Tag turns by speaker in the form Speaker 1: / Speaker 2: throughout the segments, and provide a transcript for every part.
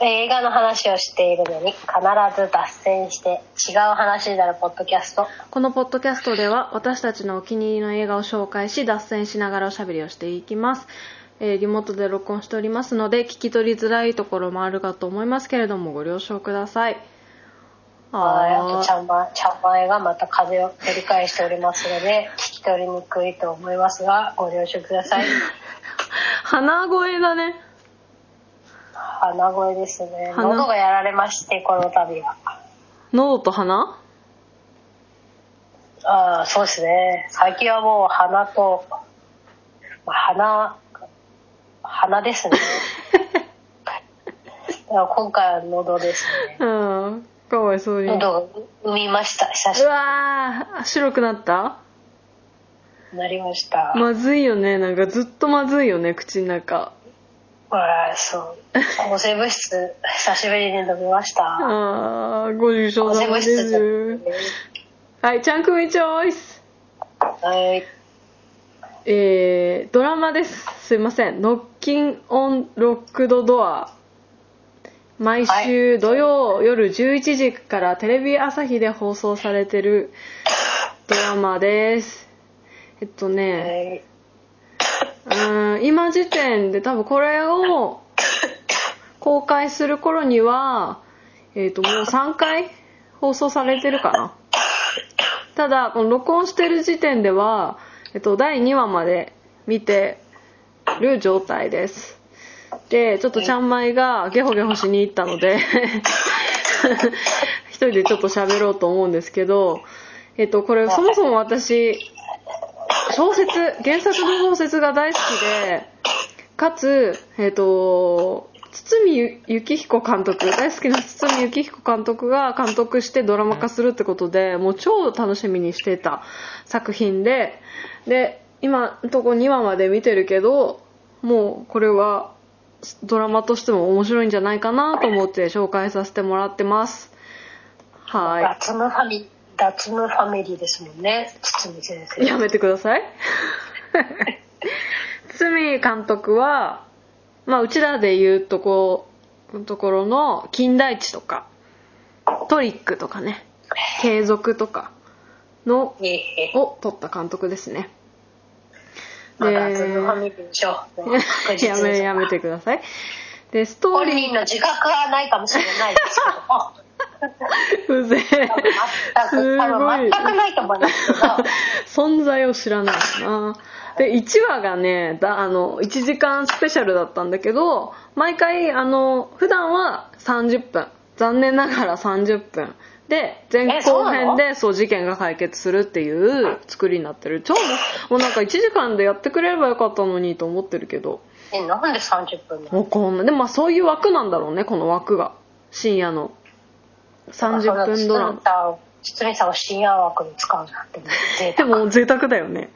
Speaker 1: 映画の話をしているのに必ず脱線して違う話になるポッドキャスト
Speaker 2: このポッドキャストでは私たちのお気に入りの映画を紹介し脱線しながらおしゃべりをしていきます、えーリモートで録音しておりますので聞き取りづらいところもあるかと思いますけれどもご了承ください
Speaker 1: はいあ
Speaker 2: ー
Speaker 1: とちゃんまちゃんまえがまた風邪を繰り返しておりますので聞き取りにくいと思いますがご了承くだ さい
Speaker 2: 鼻声だね
Speaker 1: 鼻声ですね
Speaker 2: 鼻
Speaker 1: 喉がやられましてこの度は
Speaker 2: 喉と鼻
Speaker 1: ああそうですね最近はもう鼻と、まあ鼻鼻ですね だから今回は喉ですね
Speaker 2: うんかわいそうにう
Speaker 1: 喉を産みました久しぶり
Speaker 2: わー白くなった
Speaker 1: になりました、
Speaker 2: まずいよねなんかずっとまずいよね口の中
Speaker 1: ああそう抗生物質 久しぶりに飲みました
Speaker 2: あーご受賞
Speaker 1: 抗生
Speaker 2: 様
Speaker 1: 物
Speaker 2: で
Speaker 1: 質じゃ
Speaker 2: すはいちゃんくみチョイス
Speaker 1: はい
Speaker 2: えー、ドラマですすいません「ノッキン・オン・ロックド・ドア」毎週土曜夜11時からテレビ朝日で放送されてるドラマですえっとね、
Speaker 1: はい、
Speaker 2: うーん今時点で多分これを公開する頃には、えー、ともう3回放送されてるかなただこの録音してる時点では、えっと第2話まで見てる状態ですでちょっとちゃんまいがゲホゲホしに行ったので一人でちょっと喋ろうと思うんですけどえっとこれそもそも私小説原作の小説が大好きでかつえっ、と堤ゆ幸彦監督大好きな堤幸彦監督が監督してドラマ化するってことでもう超楽しみにしてた作品でで今のとこ2話まで見てるけどもうこれはドラマとしても面白いんじゃないかなと思って紹介させてもらってますは
Speaker 1: 脱ムファミ脱ムファミリーですもんね堤先生
Speaker 2: いやめてくだ さい堤監督は、まあ、うちらで言うとこところの金田一とかトリックとかね継続とかの
Speaker 1: いえいえ
Speaker 2: を撮った監督ですね
Speaker 1: まだ脱ムファミリーでしょう
Speaker 2: やめやめてくださいでストー
Speaker 1: 本
Speaker 2: リー
Speaker 1: 人の自覚はないかもしれないですけども
Speaker 2: うぜえ
Speaker 1: 全
Speaker 2: す
Speaker 1: く
Speaker 2: ごい
Speaker 1: あの全くないと思いますけど
Speaker 2: 存在を知らないなで1話がねだあの1時間スペシャルだったんだけど毎回あの普段は30分残念ながら30分で前
Speaker 1: えそう
Speaker 2: 後
Speaker 1: なの
Speaker 2: 編でそう事件が解決するっていう作りになってる超ももうなんか1時間でやってくれればよかったのにと思ってるけど
Speaker 1: えなんで30分なの
Speaker 2: わかんないでもまあそういう枠なんだろうねこの枠が深夜の30分ドラマ
Speaker 1: マ堤さんを深夜枠に使うなんて贅
Speaker 2: で
Speaker 1: 沢
Speaker 2: も贅沢だよね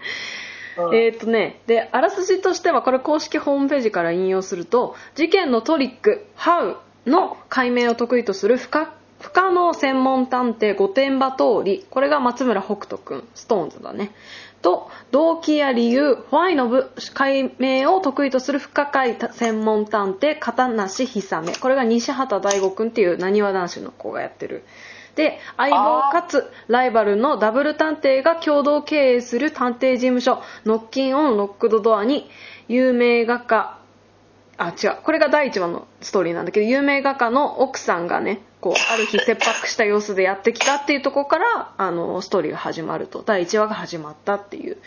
Speaker 1: うん
Speaker 2: えーっとね、で、あらすじとしては、これ公式ホームページから引用すると、事件のトリック、ハウの解明を得意とする不可不可能専門探偵御殿場通り、これが松村北斗くん、ストーンズだね。と、動機や理由、ホワイの部解明を得意とする不可解専門探偵、片梨久め。これが西畑大吾くんっていう、なにわ男子の子がやってる。で、相棒かつライバルのダブル探偵が共同経営する探偵事務所ノッキンオンロックドドアに有名画家あ違うこれが第1話のストーリーなんだけど有名画家の奥さんがねこうある日切迫した様子でやってきたっていうところからあのストーリーが始まると第1話が始まったっていう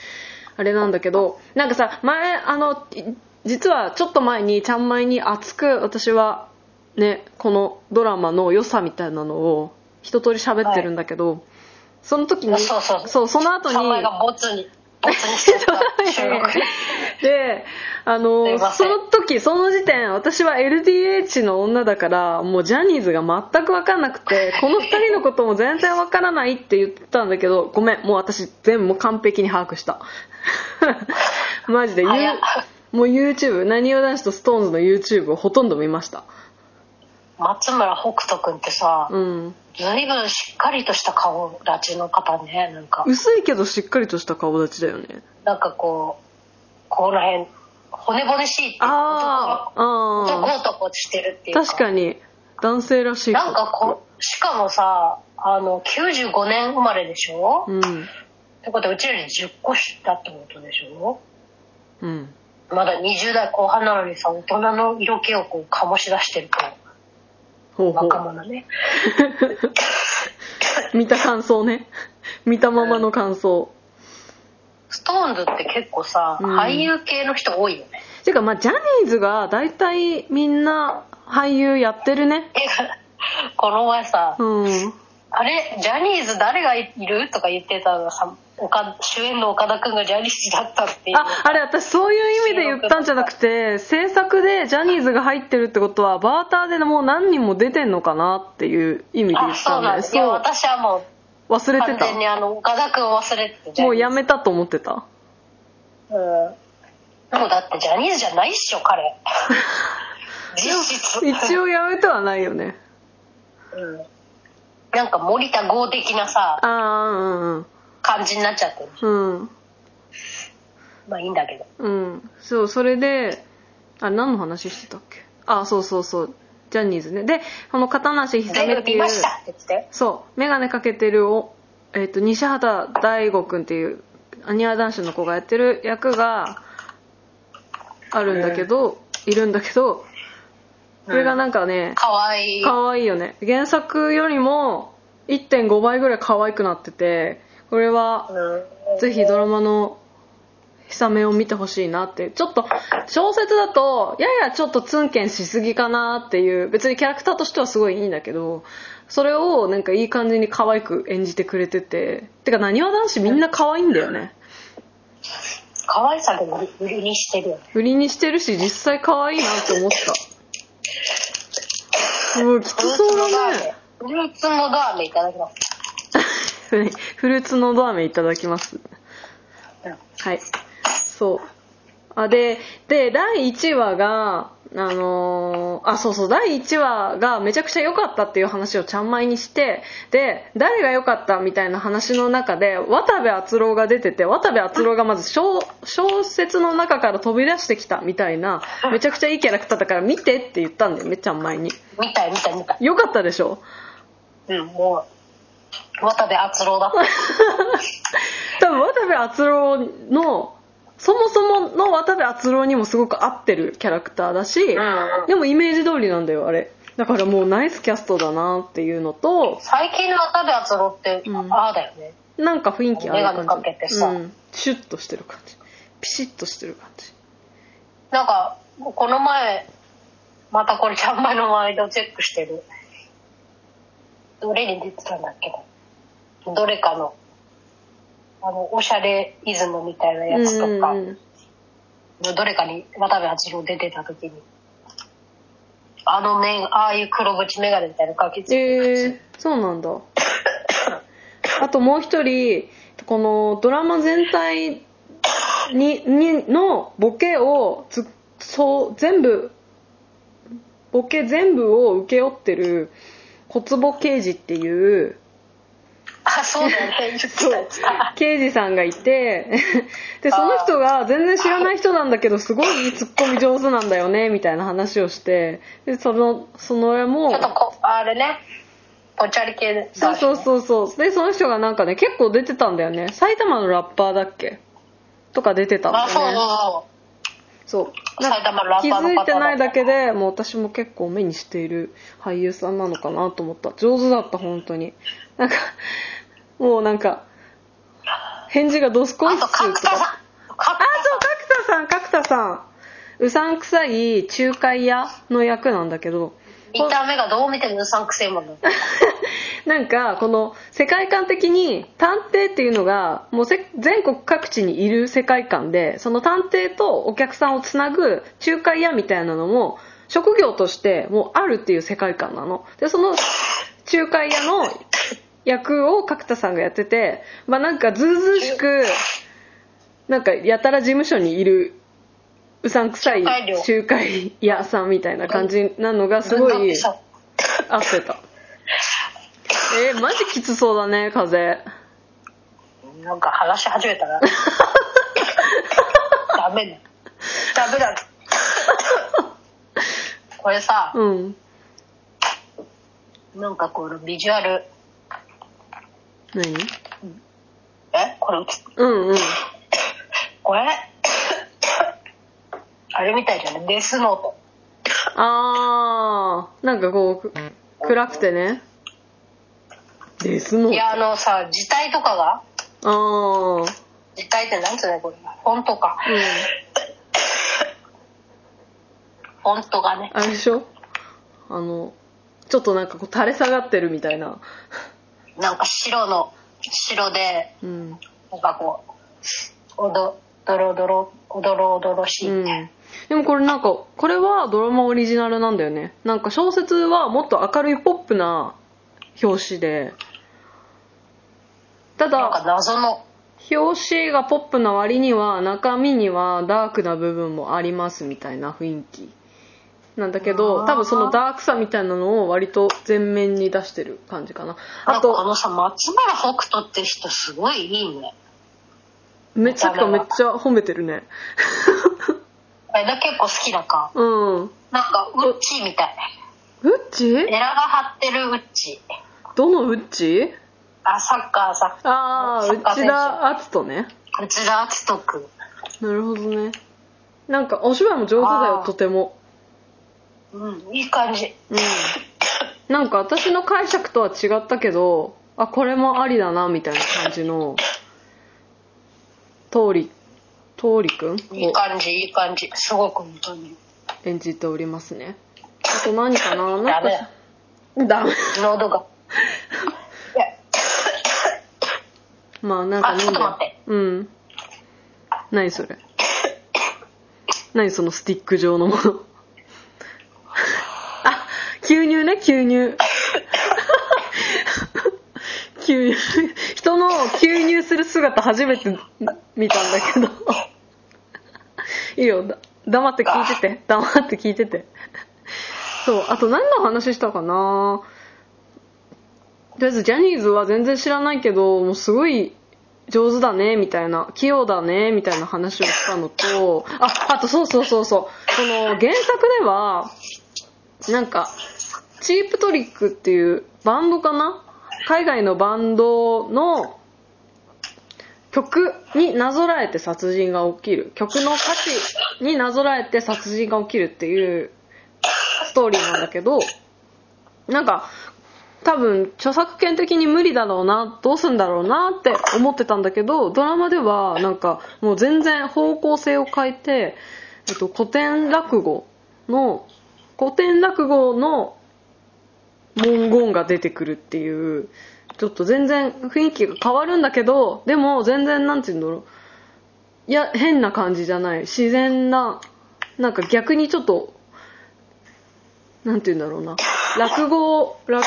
Speaker 2: あれなんだけどなんかさ前あのい実はちょっと前にちゃんまいに熱く私はねこのドラマの良さみたいなのを一通り喋ってるんだけど、その時に
Speaker 1: そうそう
Speaker 2: そうその後に
Speaker 1: 名前がボツにボツにしちゃ った収録
Speaker 2: であの
Speaker 1: すいませ
Speaker 2: そ
Speaker 1: ん
Speaker 2: の時その時点私は LDH の女だからもうジャニーズが全く分かんなくて この2人のことも全然分からないって言ってたんだけどごめんもう私全部もう完璧に把握した マジでゆ
Speaker 1: 早っ
Speaker 2: もう YouTube なにわ男子と SixTONES の YouTube をほとんど見ました
Speaker 1: 松村北斗くんってさ、
Speaker 2: うん
Speaker 1: 随分しっかりとした顔立ちの方ねなんか
Speaker 2: 薄いけどしっかりとした顔立ちだよね
Speaker 1: なんかこうこの辺骨々しいっていう
Speaker 2: あー
Speaker 1: 男
Speaker 2: あ
Speaker 1: 男男してるってい
Speaker 2: ー
Speaker 1: うか
Speaker 2: 確かに男性らしい
Speaker 1: なんかこうしかもさあの95年生まれでしょ、
Speaker 2: うん
Speaker 1: ってことはうちより10個下ってことでしょ
Speaker 2: うん
Speaker 1: まだ20代後半なのにさ大人の色気をこう醸し出してるから
Speaker 2: ほうほ
Speaker 1: 若
Speaker 2: う
Speaker 1: 者ね
Speaker 2: 見た感想ね 見たままの感想、
Speaker 1: ストーンズって結構さ、
Speaker 2: うん
Speaker 1: 俳優系の人多いよね
Speaker 2: てかまあジャニーズが大体みんな俳優やってるね
Speaker 1: この前さ、
Speaker 2: うん
Speaker 1: あれジャニーズ誰がいるとか言ってたのがさ岡主演の岡田君がジャニーズだったっていう
Speaker 2: ああれ私そういう意味で言ったんじゃなくて制作でジャニーズが入ってるってことはバーターでもう何人も出てんのかなっていう意味で言
Speaker 1: あ
Speaker 2: っ
Speaker 1: そう
Speaker 2: た
Speaker 1: なん
Speaker 2: ん
Speaker 1: で
Speaker 2: ですす
Speaker 1: いや
Speaker 2: よ
Speaker 1: 私はも
Speaker 2: 忘
Speaker 1: う
Speaker 2: れて
Speaker 1: 完全に
Speaker 2: た
Speaker 1: あの岡田君を忘れてて
Speaker 2: もうや
Speaker 1: め
Speaker 2: めたと思ってた
Speaker 1: うんでもだってジャニーズじゃないっしょ 彼実質
Speaker 2: 一応やめてはないよね
Speaker 1: うん、なんか森田剛的なさ
Speaker 2: ああ
Speaker 1: 感じになっちゃってる
Speaker 2: うんうん
Speaker 1: まあいいんだけど
Speaker 2: うんうんそうそれであれ何の話してたっけあそうそうそうジャニーズねでこの片梨ひさ
Speaker 1: 全
Speaker 2: め
Speaker 1: 部
Speaker 2: って
Speaker 1: 見
Speaker 2: いう
Speaker 1: ましたって言ってたよ
Speaker 2: そう眼鏡かけてるお、えっと西畑大吾君っていうアニア男子の子がやってる役があるんだけど、いるんだけどこれがなんかね、
Speaker 1: かわいい
Speaker 2: 可愛いよね原作よりも1.5倍ぐらい可愛くなっててこれは
Speaker 1: うん
Speaker 2: ぜひドラマの「ひさめ」を見てほしいなってちょっと小説だとややちょっとツンケンしすぎかなっていう別にキャラクターとしてはすごいいいんだけどそれをなんかいい感じに可愛く演じてくれてててかなにわ男子みんな可愛いんだよね
Speaker 1: 可愛さでも売りにしてるよね
Speaker 2: 売りにしてるし実際可愛いなって思ったうわきつそうだね
Speaker 1: フルーツのガーメンいただきます
Speaker 2: フルーツのど飴いただきます
Speaker 1: うん
Speaker 2: はい。そう。あ、で、で、第1話が、あのーあ、そうそう、第1話がめちゃくちゃ良かったっていう話をちゃんまいにして、で、誰が良かったみたいな話の中で、渡部篤郎が出てて、渡部篤郎がまず小小説の中から飛び出してきたみたいな、めちゃくちゃいいキャラクターだから見てって言ったんだよね、ちゃんまいに。
Speaker 1: 見たい見たい見たい
Speaker 2: 良かったでしょ
Speaker 1: うんもう渡部篤郎だった
Speaker 2: 多分渡部篤郎のそもそもの渡部篤郎にもすごく合ってるキャラクターだし、
Speaker 1: うんうん
Speaker 2: でもイメージ通りなんだよあれだからもうナイスキャストだなっていうのと
Speaker 1: 最近の渡部篤郎って、
Speaker 2: うん
Speaker 1: ああだよね
Speaker 2: なんか雰囲気ある感じ
Speaker 1: 眼鏡かけてさ
Speaker 2: うん、シュッとしてる感じピシッとしてる感じ
Speaker 1: なんかこの前またこれちゃんまいの周りでチェックしてるどれに出てたんだっけなどれかのあのおしゃれイズムみたいなやつとか、
Speaker 2: うん
Speaker 1: どれかに渡部篤郎出てた時にあのめああいう黒縁眼鏡みたいなのかけて
Speaker 2: えー、そうなん だあともう一人このドラマ全体ににのボケをつそう全部ボケ全部を請け負ってる小坪刑事っていう
Speaker 1: あそうだよ ね言ってたやつ
Speaker 2: 刑事さんが いてでその人が全然知らない人なんだけどすごいツッコミ上手なんだよねみたいな話をしてでそのその俺も
Speaker 1: ちょっとこあれねぽっちゃり系だよね
Speaker 2: そうそうそうそうでその人がなんかね結構出てたんだよね埼玉のラッパーだっけとか出てたんだ
Speaker 1: あそうそう
Speaker 2: よね
Speaker 1: そ
Speaker 2: そう
Speaker 1: う
Speaker 2: なん
Speaker 1: 埼
Speaker 2: か
Speaker 1: 玉のラ
Speaker 2: 気
Speaker 1: ッパーの
Speaker 2: づ
Speaker 1: 方
Speaker 2: いてないだけでもう私も結構目にしている俳優さんなのかなと思った上手だった本当になんかもうなんか返事がドスコイ
Speaker 1: あ
Speaker 2: ス
Speaker 1: と角
Speaker 2: と
Speaker 1: 田さん
Speaker 2: か
Speaker 1: 角
Speaker 2: あ、そう、角田さん、角田さん。うさんくさい仲介屋の役なんだけど、
Speaker 1: 見た目がどう見てもうさんくせえもんね
Speaker 2: なんか、この世界観的に探偵っていうのが、もうせ全国各地にいる世界観で、その探偵とお客さんをつなぐ仲介屋みたいなのも、職業としてもうあるっていう世界観なの。で、その仲介屋の役を角田さんがやってて、まあなんかずうずうしく、なんかやたら事務所にいるうさんくさい
Speaker 1: 仲介料
Speaker 2: 仲介屋さんみたいな感じなのがすご
Speaker 1: ぶんどっ
Speaker 2: い
Speaker 1: てさ
Speaker 2: 合ってた。えー、マジきつそうだね、風。
Speaker 1: なんか話し始めたらダメねダメ だ。これさ、
Speaker 2: うん
Speaker 1: なんかこのビジュアル、
Speaker 2: 何
Speaker 1: えこれ映っ、
Speaker 2: うんうん
Speaker 1: これ あれみたいじゃないデスノート。
Speaker 2: あーなんかこうく暗くてねですもん
Speaker 1: いや、あのさ、字体とかが、
Speaker 2: あー
Speaker 1: 字体ってなんつうのこれ。フォントか。
Speaker 2: うん
Speaker 1: フォントがね。
Speaker 2: あれでしょあのちょっとなんかこう垂れ下がってるみたいな
Speaker 1: なんか白の、白で、
Speaker 2: うん
Speaker 1: なんかこう、おど、どろどろ、おどろおどろしい。
Speaker 2: うん
Speaker 1: いな
Speaker 2: でもこれなんかこれはドラマオリジナルなんだよねなんか小説はもっと明るいポップな表紙でた
Speaker 1: なん
Speaker 2: だ
Speaker 1: か謎の、
Speaker 2: 表紙がポップな割には中身にはダークな部分もありますみたいな雰囲気なんだけ
Speaker 1: あ
Speaker 2: ど
Speaker 1: ー
Speaker 2: 多分そのダークさみたいなのを割と前面に出してる感じかな
Speaker 1: な
Speaker 2: あ
Speaker 1: んかあ
Speaker 2: と
Speaker 1: のさ、松原北斗って人すごいいいね。
Speaker 2: めちゃくちゃめっちゃ褒めてるね
Speaker 1: あれだ結構好きだか。
Speaker 2: うんウ
Speaker 1: なんか、ウッチーみたい。
Speaker 2: ッチ
Speaker 1: エラが張ってるウッチー。
Speaker 2: どのウッチ
Speaker 1: あ、サッカー、サッカ
Speaker 2: ああ
Speaker 1: サッカー選手
Speaker 2: 内田篤人ね
Speaker 1: ー。内田篤人君。
Speaker 2: なるほどねなんかお芝居も上手だよ
Speaker 1: あー
Speaker 2: とても
Speaker 1: うん、いい感じ。
Speaker 2: うんなんか私の解釈とは違ったけどあこれもありだなみたいな感じの通り通りくんを
Speaker 1: いい感じ、いい感じ。すごく本当に。
Speaker 2: 演じておりますねあと何かなな
Speaker 1: ダ
Speaker 2: ん
Speaker 1: メ
Speaker 2: かダメ
Speaker 1: 喉 が。いや、
Speaker 2: まあなんか
Speaker 1: あちょっと待って
Speaker 2: うん何それ何そのスティック状のものあ牛乳ね牛乳牛乳人の吸入する姿初めて見たんだけどいいよだ黙って聞いてて黙って聞いててそうあと何の話したかなとりあえずジャニーズは全然知らないけどもうすごい上手だねみたいな器用だねみたいな話をしたのとああとそうそうそうそうその原作ではなんかチープトリックっていうバンドかな海外のバンドの曲になぞらえて殺人が起きる曲の歌詞になぞらえて殺人が起きるっていうストーリーなんだけどなんか多分著作権的に無理だろうなどうすんだろうなって思ってたんだけどドラマではなんかもう全然方向性を変えて、えっと、古典落語の古典落語の文言が出てくるっていうちょっと全然雰囲気が変わるんだけどでも全然なんて言うんだろういや変な感じじゃない自然ななんか逆にちょっとなんて言うんだろうな落語落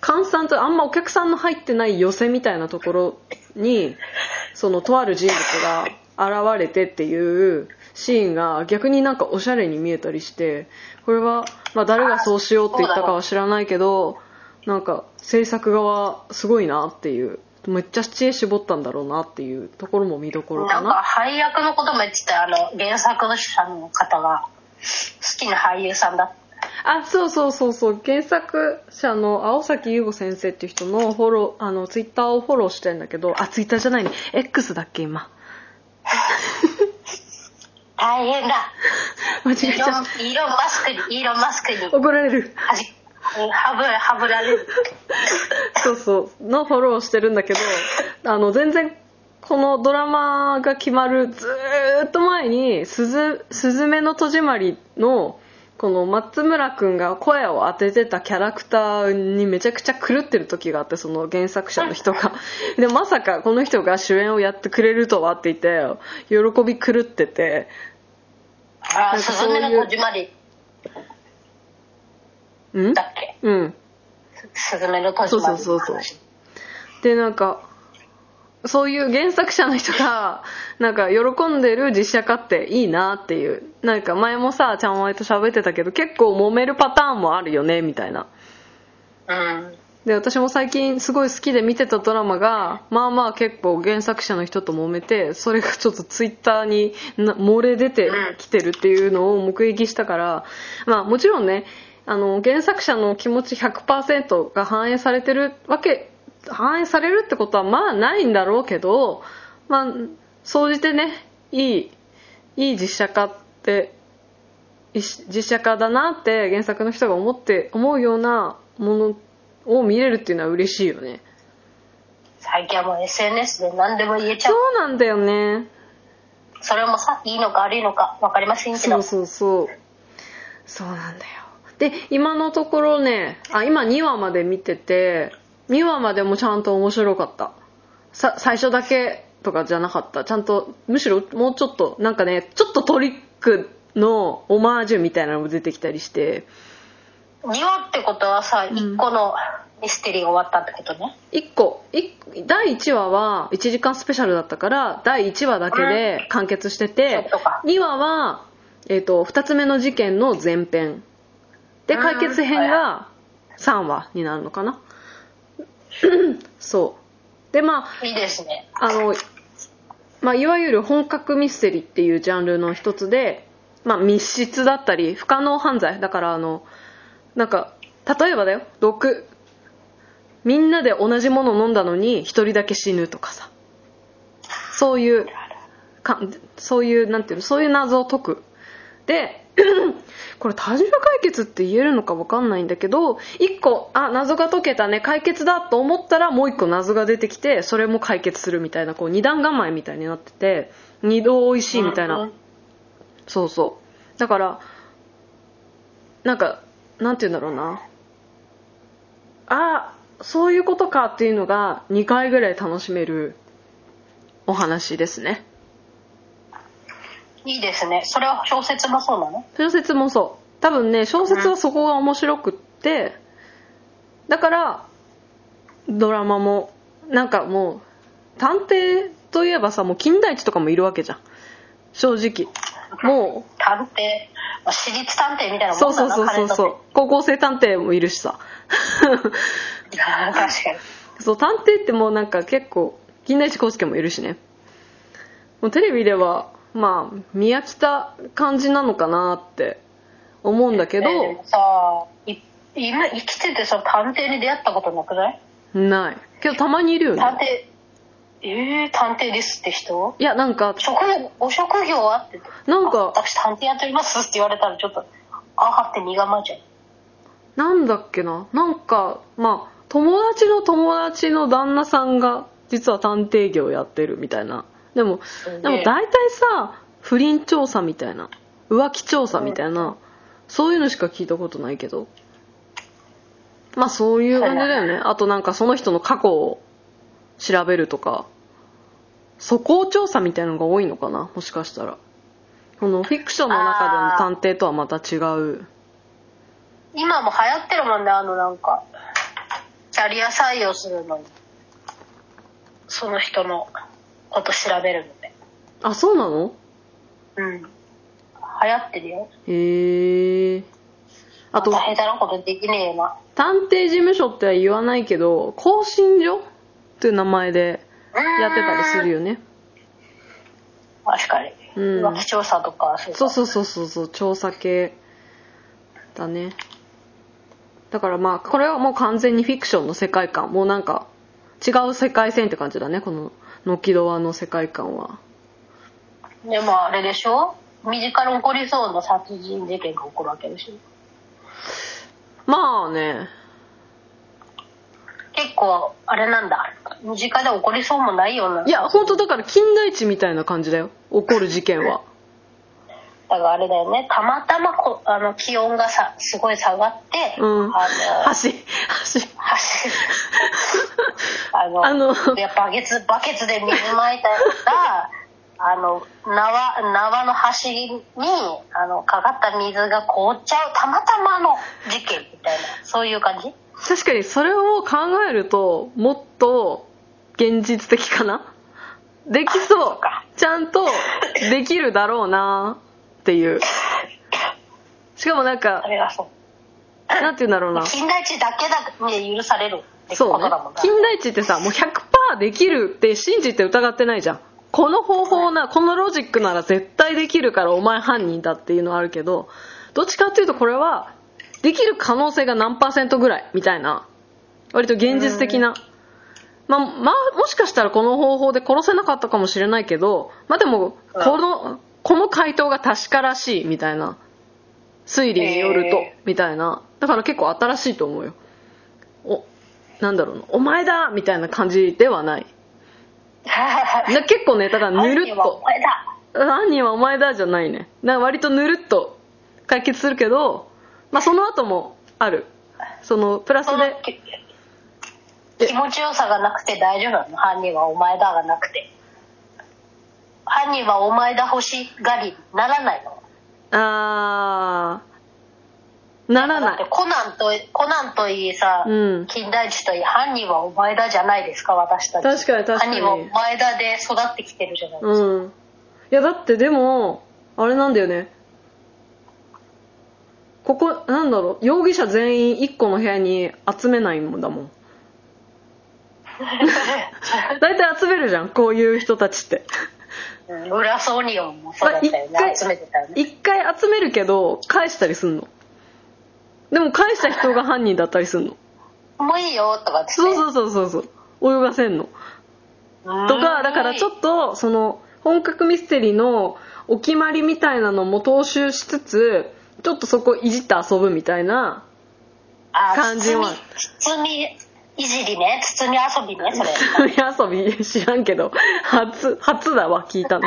Speaker 2: 閑散とあんまお客さんの入ってない寄せみたいなところにそのとある人物が現れてっていうシーンが逆になんかおしゃれに見えたりしてこれは、まあ、誰がそうしようって言ったかは知らないけどなんか制作側すごいなっていうめっちゃ知恵絞ったんだろうなっていうところも見どころ
Speaker 1: な
Speaker 2: か
Speaker 1: んか
Speaker 2: な
Speaker 1: 配役のことも言ってたよあの原作の者の方が好きな俳優さんだ
Speaker 2: あそうそうそうそう原作者の青崎優吾先生っていう人のフォローあのツイッターをフォローしてんだけどあツイッターじゃないね X だっけ今
Speaker 1: 大変だ
Speaker 2: 間違
Speaker 1: イ
Speaker 2: え
Speaker 1: ー
Speaker 2: ちゃ
Speaker 1: ロ
Speaker 2: った
Speaker 1: ンイーロン・マスクにイーロン・マスクには
Speaker 2: 怒られる
Speaker 1: じはぶはぶられる
Speaker 2: そうそうのフォローしてるんだけどあの全然このドラマが決まるずーっと前に「すずすずめの戸締まりの」この松村君が声を当ててたキャラクターにめちゃくちゃ狂ってる時があってその原作者の人がでまさかこの人が主演をやってくれるとはって言って喜び狂ってて
Speaker 1: あ
Speaker 2: な
Speaker 1: あ
Speaker 2: んか
Speaker 1: す
Speaker 2: そ
Speaker 1: ず
Speaker 2: ういう
Speaker 1: めの戸締まり
Speaker 2: ん
Speaker 1: だっけ
Speaker 2: うん
Speaker 1: すずめの戸締まり
Speaker 2: そうそうそうそうでなんかそういう原作者の人が なんか喜んでる実写化っていいなっていうなんか前もさちゃんわいと喋ってたけど結構揉めるパターンもあるよねみたいな
Speaker 1: うん
Speaker 2: で私も最近すごい好きで見てたドラマがまあまあ結構原作者の人と揉めてそれがちょっとツイッターにな漏れ出てきてるっていうのを目撃したからまあもちろんねあの原作者の気持ち100%が反映されてるわけ反映されるってことはまあないんだろうけどまあ総じてねいいいい実写化っていし実写化だなって原作の人が思って思うようなものを見れるっていうのは嬉しいよね
Speaker 1: 最近はもう SNS で何でも言えちゃ
Speaker 2: そううなんだよね
Speaker 1: それもさいいのか悪いのか分かりませんけ
Speaker 2: そ
Speaker 1: ど
Speaker 2: うそうそうそうなんだよで今のところねあ今2話まで見てて2話までもちゃんと面白かったさ最初だけとかじゃなかったちゃんとむしろもうちょっとなんかねちょっとトリックのオマージュみたいなのも出てきたりして
Speaker 1: 2話ってことはさ
Speaker 2: ん
Speaker 1: 1個のミステリーが終わったってことね、
Speaker 2: 一個一第1話は1時間スペシャルだったから第1話だけで完結してて
Speaker 1: そうか
Speaker 2: 2話は、えー、と2つ目の事件の前編で
Speaker 1: うん
Speaker 2: 解決編が3話になるのかなそうでまあ
Speaker 1: いいですね
Speaker 2: あの、まあ、いわゆる本格ミステリーっていうジャンルの一つで、まあ、密室だったり不可能犯罪だからあのなんか例えばだよ毒みんなで同じものを飲んだのに一人だけ死ぬとかさそういうかそういうなんていうのそういう謎を解くで これ多重解決って言えるのか分かんないんだけど一個あ謎が解けたね解決だと思ったらもう一個謎が出てきてそれも解決するみたいなこう二段構えみたいになってて二度おいしいみたいな、
Speaker 1: うん
Speaker 2: そうそうだからなんかなんて言うんだろうなあそういうことかっていうのが2回ぐらい楽しめるお話ですね
Speaker 1: いいですねそれは小説もそうなの
Speaker 2: 小説もそう多分ね小説はそこが面白くってだからドラマもなんかもう探偵といえばさもう金田一とかもいるわけじゃん正直もう
Speaker 1: 探偵まあ私立探偵みたいなもんだな
Speaker 2: そうそうそうそうそう高校生探偵もいるしさ
Speaker 1: 彼にとって確かに
Speaker 2: そう探偵ってもうなんか結構金田一耕助もいるしねもうテレビではまあ見飽きた感じなのかなって思うんだ けど、
Speaker 1: えーでもさい今生きててさ探偵に出会ったことなくない
Speaker 2: ないけどたまにいるよね
Speaker 1: 探偵えー、探偵ですって人
Speaker 2: いやなんか
Speaker 1: 職業ご職業はって
Speaker 2: なんか
Speaker 1: 私探偵やっておりますって言われたらちょっとあはって身構えちゃう
Speaker 2: なんだっけななんかまあ友達の友達の旦那さんが実は探偵業やってるみたいなでも
Speaker 1: げえ
Speaker 2: でも大体さ不倫調査みたいな浮気調査みたいなそういうのしか聞いたことないけどまあそういう感じだよねあとなんかその人の過去を調べるとか素行調査みたいのが多いのかなもしかしたらこのフィクションの中での探偵とはまた違う
Speaker 1: 今も流行ってるもんねあのなんかキャリア採用するのにその人のこと調べるので
Speaker 2: あそうなの
Speaker 1: うん流行ってるよ
Speaker 2: へえあ
Speaker 1: あと
Speaker 2: と
Speaker 1: 下手なことできねえな
Speaker 2: 探偵事務所っては言わないけど更新所っていう名前でやってたりする
Speaker 1: よ
Speaker 2: よね
Speaker 1: 確かに
Speaker 2: うん
Speaker 1: 浮気調査とかそう
Speaker 2: そうそうそうそうそう調査系だねだからまあこれはもう完全にフィクションの世界観もうなんか違う世界線って感じだねこの軒ドアの世界観は
Speaker 1: うでもあれでしょ身近に起こりそうな殺人事件が起こるわけでしょ
Speaker 2: まあね
Speaker 1: 結構あれなんだ身近で起こりそうもないようない
Speaker 2: いや本当だから金田一みたいな感じだよ起こる事件は
Speaker 1: だからあれだよねたまたまこあの気温がさすごい下がって、
Speaker 2: うん
Speaker 1: あの
Speaker 2: 橋橋
Speaker 1: 走 るあの
Speaker 2: あの
Speaker 1: やバケツバケツで水まいたらあの縄縄の端にあのかかった水が凍っちゃうたまたまの事件みたいなそういう感じ
Speaker 2: 確かにそれを考えるともっと現実的かなでき
Speaker 1: あ
Speaker 2: そ
Speaker 1: そうっか
Speaker 2: ちゃんとできるだろうなっていうしかもなんか
Speaker 1: あれがそう
Speaker 2: なんて言うんだろうな
Speaker 1: 金田一だけだ、ね、許されるって
Speaker 2: そ
Speaker 1: こ
Speaker 2: う
Speaker 1: と
Speaker 2: ね
Speaker 1: だもんな。
Speaker 2: 金田一ってさもう100%できるって信じて疑ってないじゃんこの方法なこのロジックなら絶対できるからお前犯人だっていうのはあるけどどっちかっていうとこれはできる可能性が何パーセントぐらいみたいな割と現実的な、まあまあ、もしかしたらこの方法で殺せなかったかもしれないけどまあでも
Speaker 1: うん
Speaker 2: このこの回答が確からしいみたいな推理によると
Speaker 1: へ
Speaker 2: みたいなだから結構新しいと思うよおなんだろうなお前だみたいな感じではない な結構ねただぬるっと
Speaker 1: これだ。
Speaker 2: 犯人はお前だじゃないねな割とぬるっと解決するけど、まあ、その後もあるそのプラス
Speaker 1: その
Speaker 2: で
Speaker 1: き
Speaker 2: え
Speaker 1: 気持ちよさがなくて大丈夫なの犯人はお前だがなくて犯人はお前だ欲しがりにならないの
Speaker 2: あーなら
Speaker 1: だ
Speaker 2: な
Speaker 1: って
Speaker 2: い
Speaker 1: コナンとコナンといいさ、
Speaker 2: うん
Speaker 1: 金田一といい犯人はお前だじゃないですか私たち
Speaker 2: 確かに確かに
Speaker 1: 犯人はお前だで育ってきてるじゃないですか、
Speaker 2: うんいやだってでもあれなんだよねここなんだろう容疑者全員1個の部屋に集めないんだもん大体集めるじゃんこういう人たちって
Speaker 1: うん、グラスオニオンもそうだったよ
Speaker 2: まあ一回
Speaker 1: ね集めてたよね
Speaker 2: 一回集めるけど返したりすんのでも返した人が犯人だったりすんの
Speaker 1: もういいよとかって
Speaker 2: そうそうそうそうそう泳がせんの
Speaker 1: うん
Speaker 2: とかだからちょっとその本格ミステリーのお決まりみたいなのも踏襲しつつちょっとそこいじって遊ぶみたいな
Speaker 1: あ
Speaker 2: 感じは
Speaker 1: 包み包みいじりね包み遊びねそれ
Speaker 2: 遊び知らんけど初初だわ聞 いたの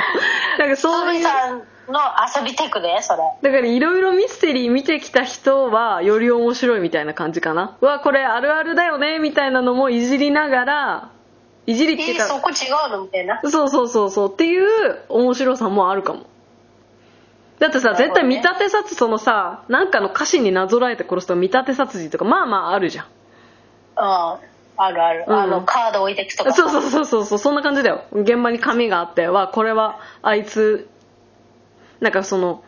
Speaker 2: なんかそう
Speaker 1: 堤
Speaker 2: いう
Speaker 1: さんの遊びテクねそれ
Speaker 2: だからいろいろミステリー見てきた人はより面白いみたいな感じかなうわこれあるあるだよねみたいなのもいじりながらいじりってい
Speaker 1: え
Speaker 2: う
Speaker 1: ー、そ
Speaker 2: か
Speaker 1: こ違うのみたいな
Speaker 2: そうそうそうそうっていう面白さもあるかもだってさ
Speaker 1: なる
Speaker 2: 絶
Speaker 1: ほど
Speaker 2: 対
Speaker 1: ね
Speaker 2: 見立て殺そのさなんかの歌詞になぞらえて殺すとか見立て殺人とかまあまああるじゃん
Speaker 1: うんあるある、
Speaker 2: うん
Speaker 1: あのカード置いてくとか
Speaker 2: そうそうそうそうそうそんな感じだよ現場に紙があってはこれはあいつなんかその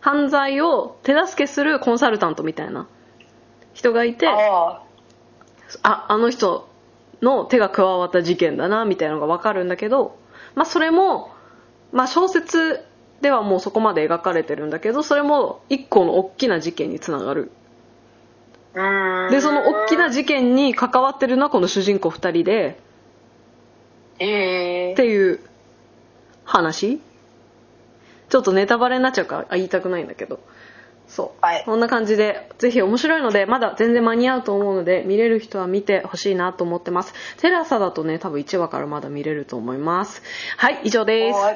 Speaker 2: 犯罪を手助けするコンサルタントみたいな人がいて
Speaker 1: あ
Speaker 2: ああの人の手が加わった事件だなみたいなのが分かるんだけど、まあ、それも、まあ、小説ではもうそこまで描かれてるんだけどそれも一個の大きな事件につながる
Speaker 1: ーうーん
Speaker 2: でその大きな事件に関わってるのはこの主人公2人で
Speaker 1: ええ
Speaker 2: っていう話ちょっとネタバレになっちゃうからあ言いたくないんだけどそう、
Speaker 1: はい
Speaker 2: こんな感じでぜひ面白いのでまだ全然間に合うと思うので見れる人は見てほしいなと思ってますテラサだとね多分1話からまだ見れると思いますはい以上です
Speaker 1: おい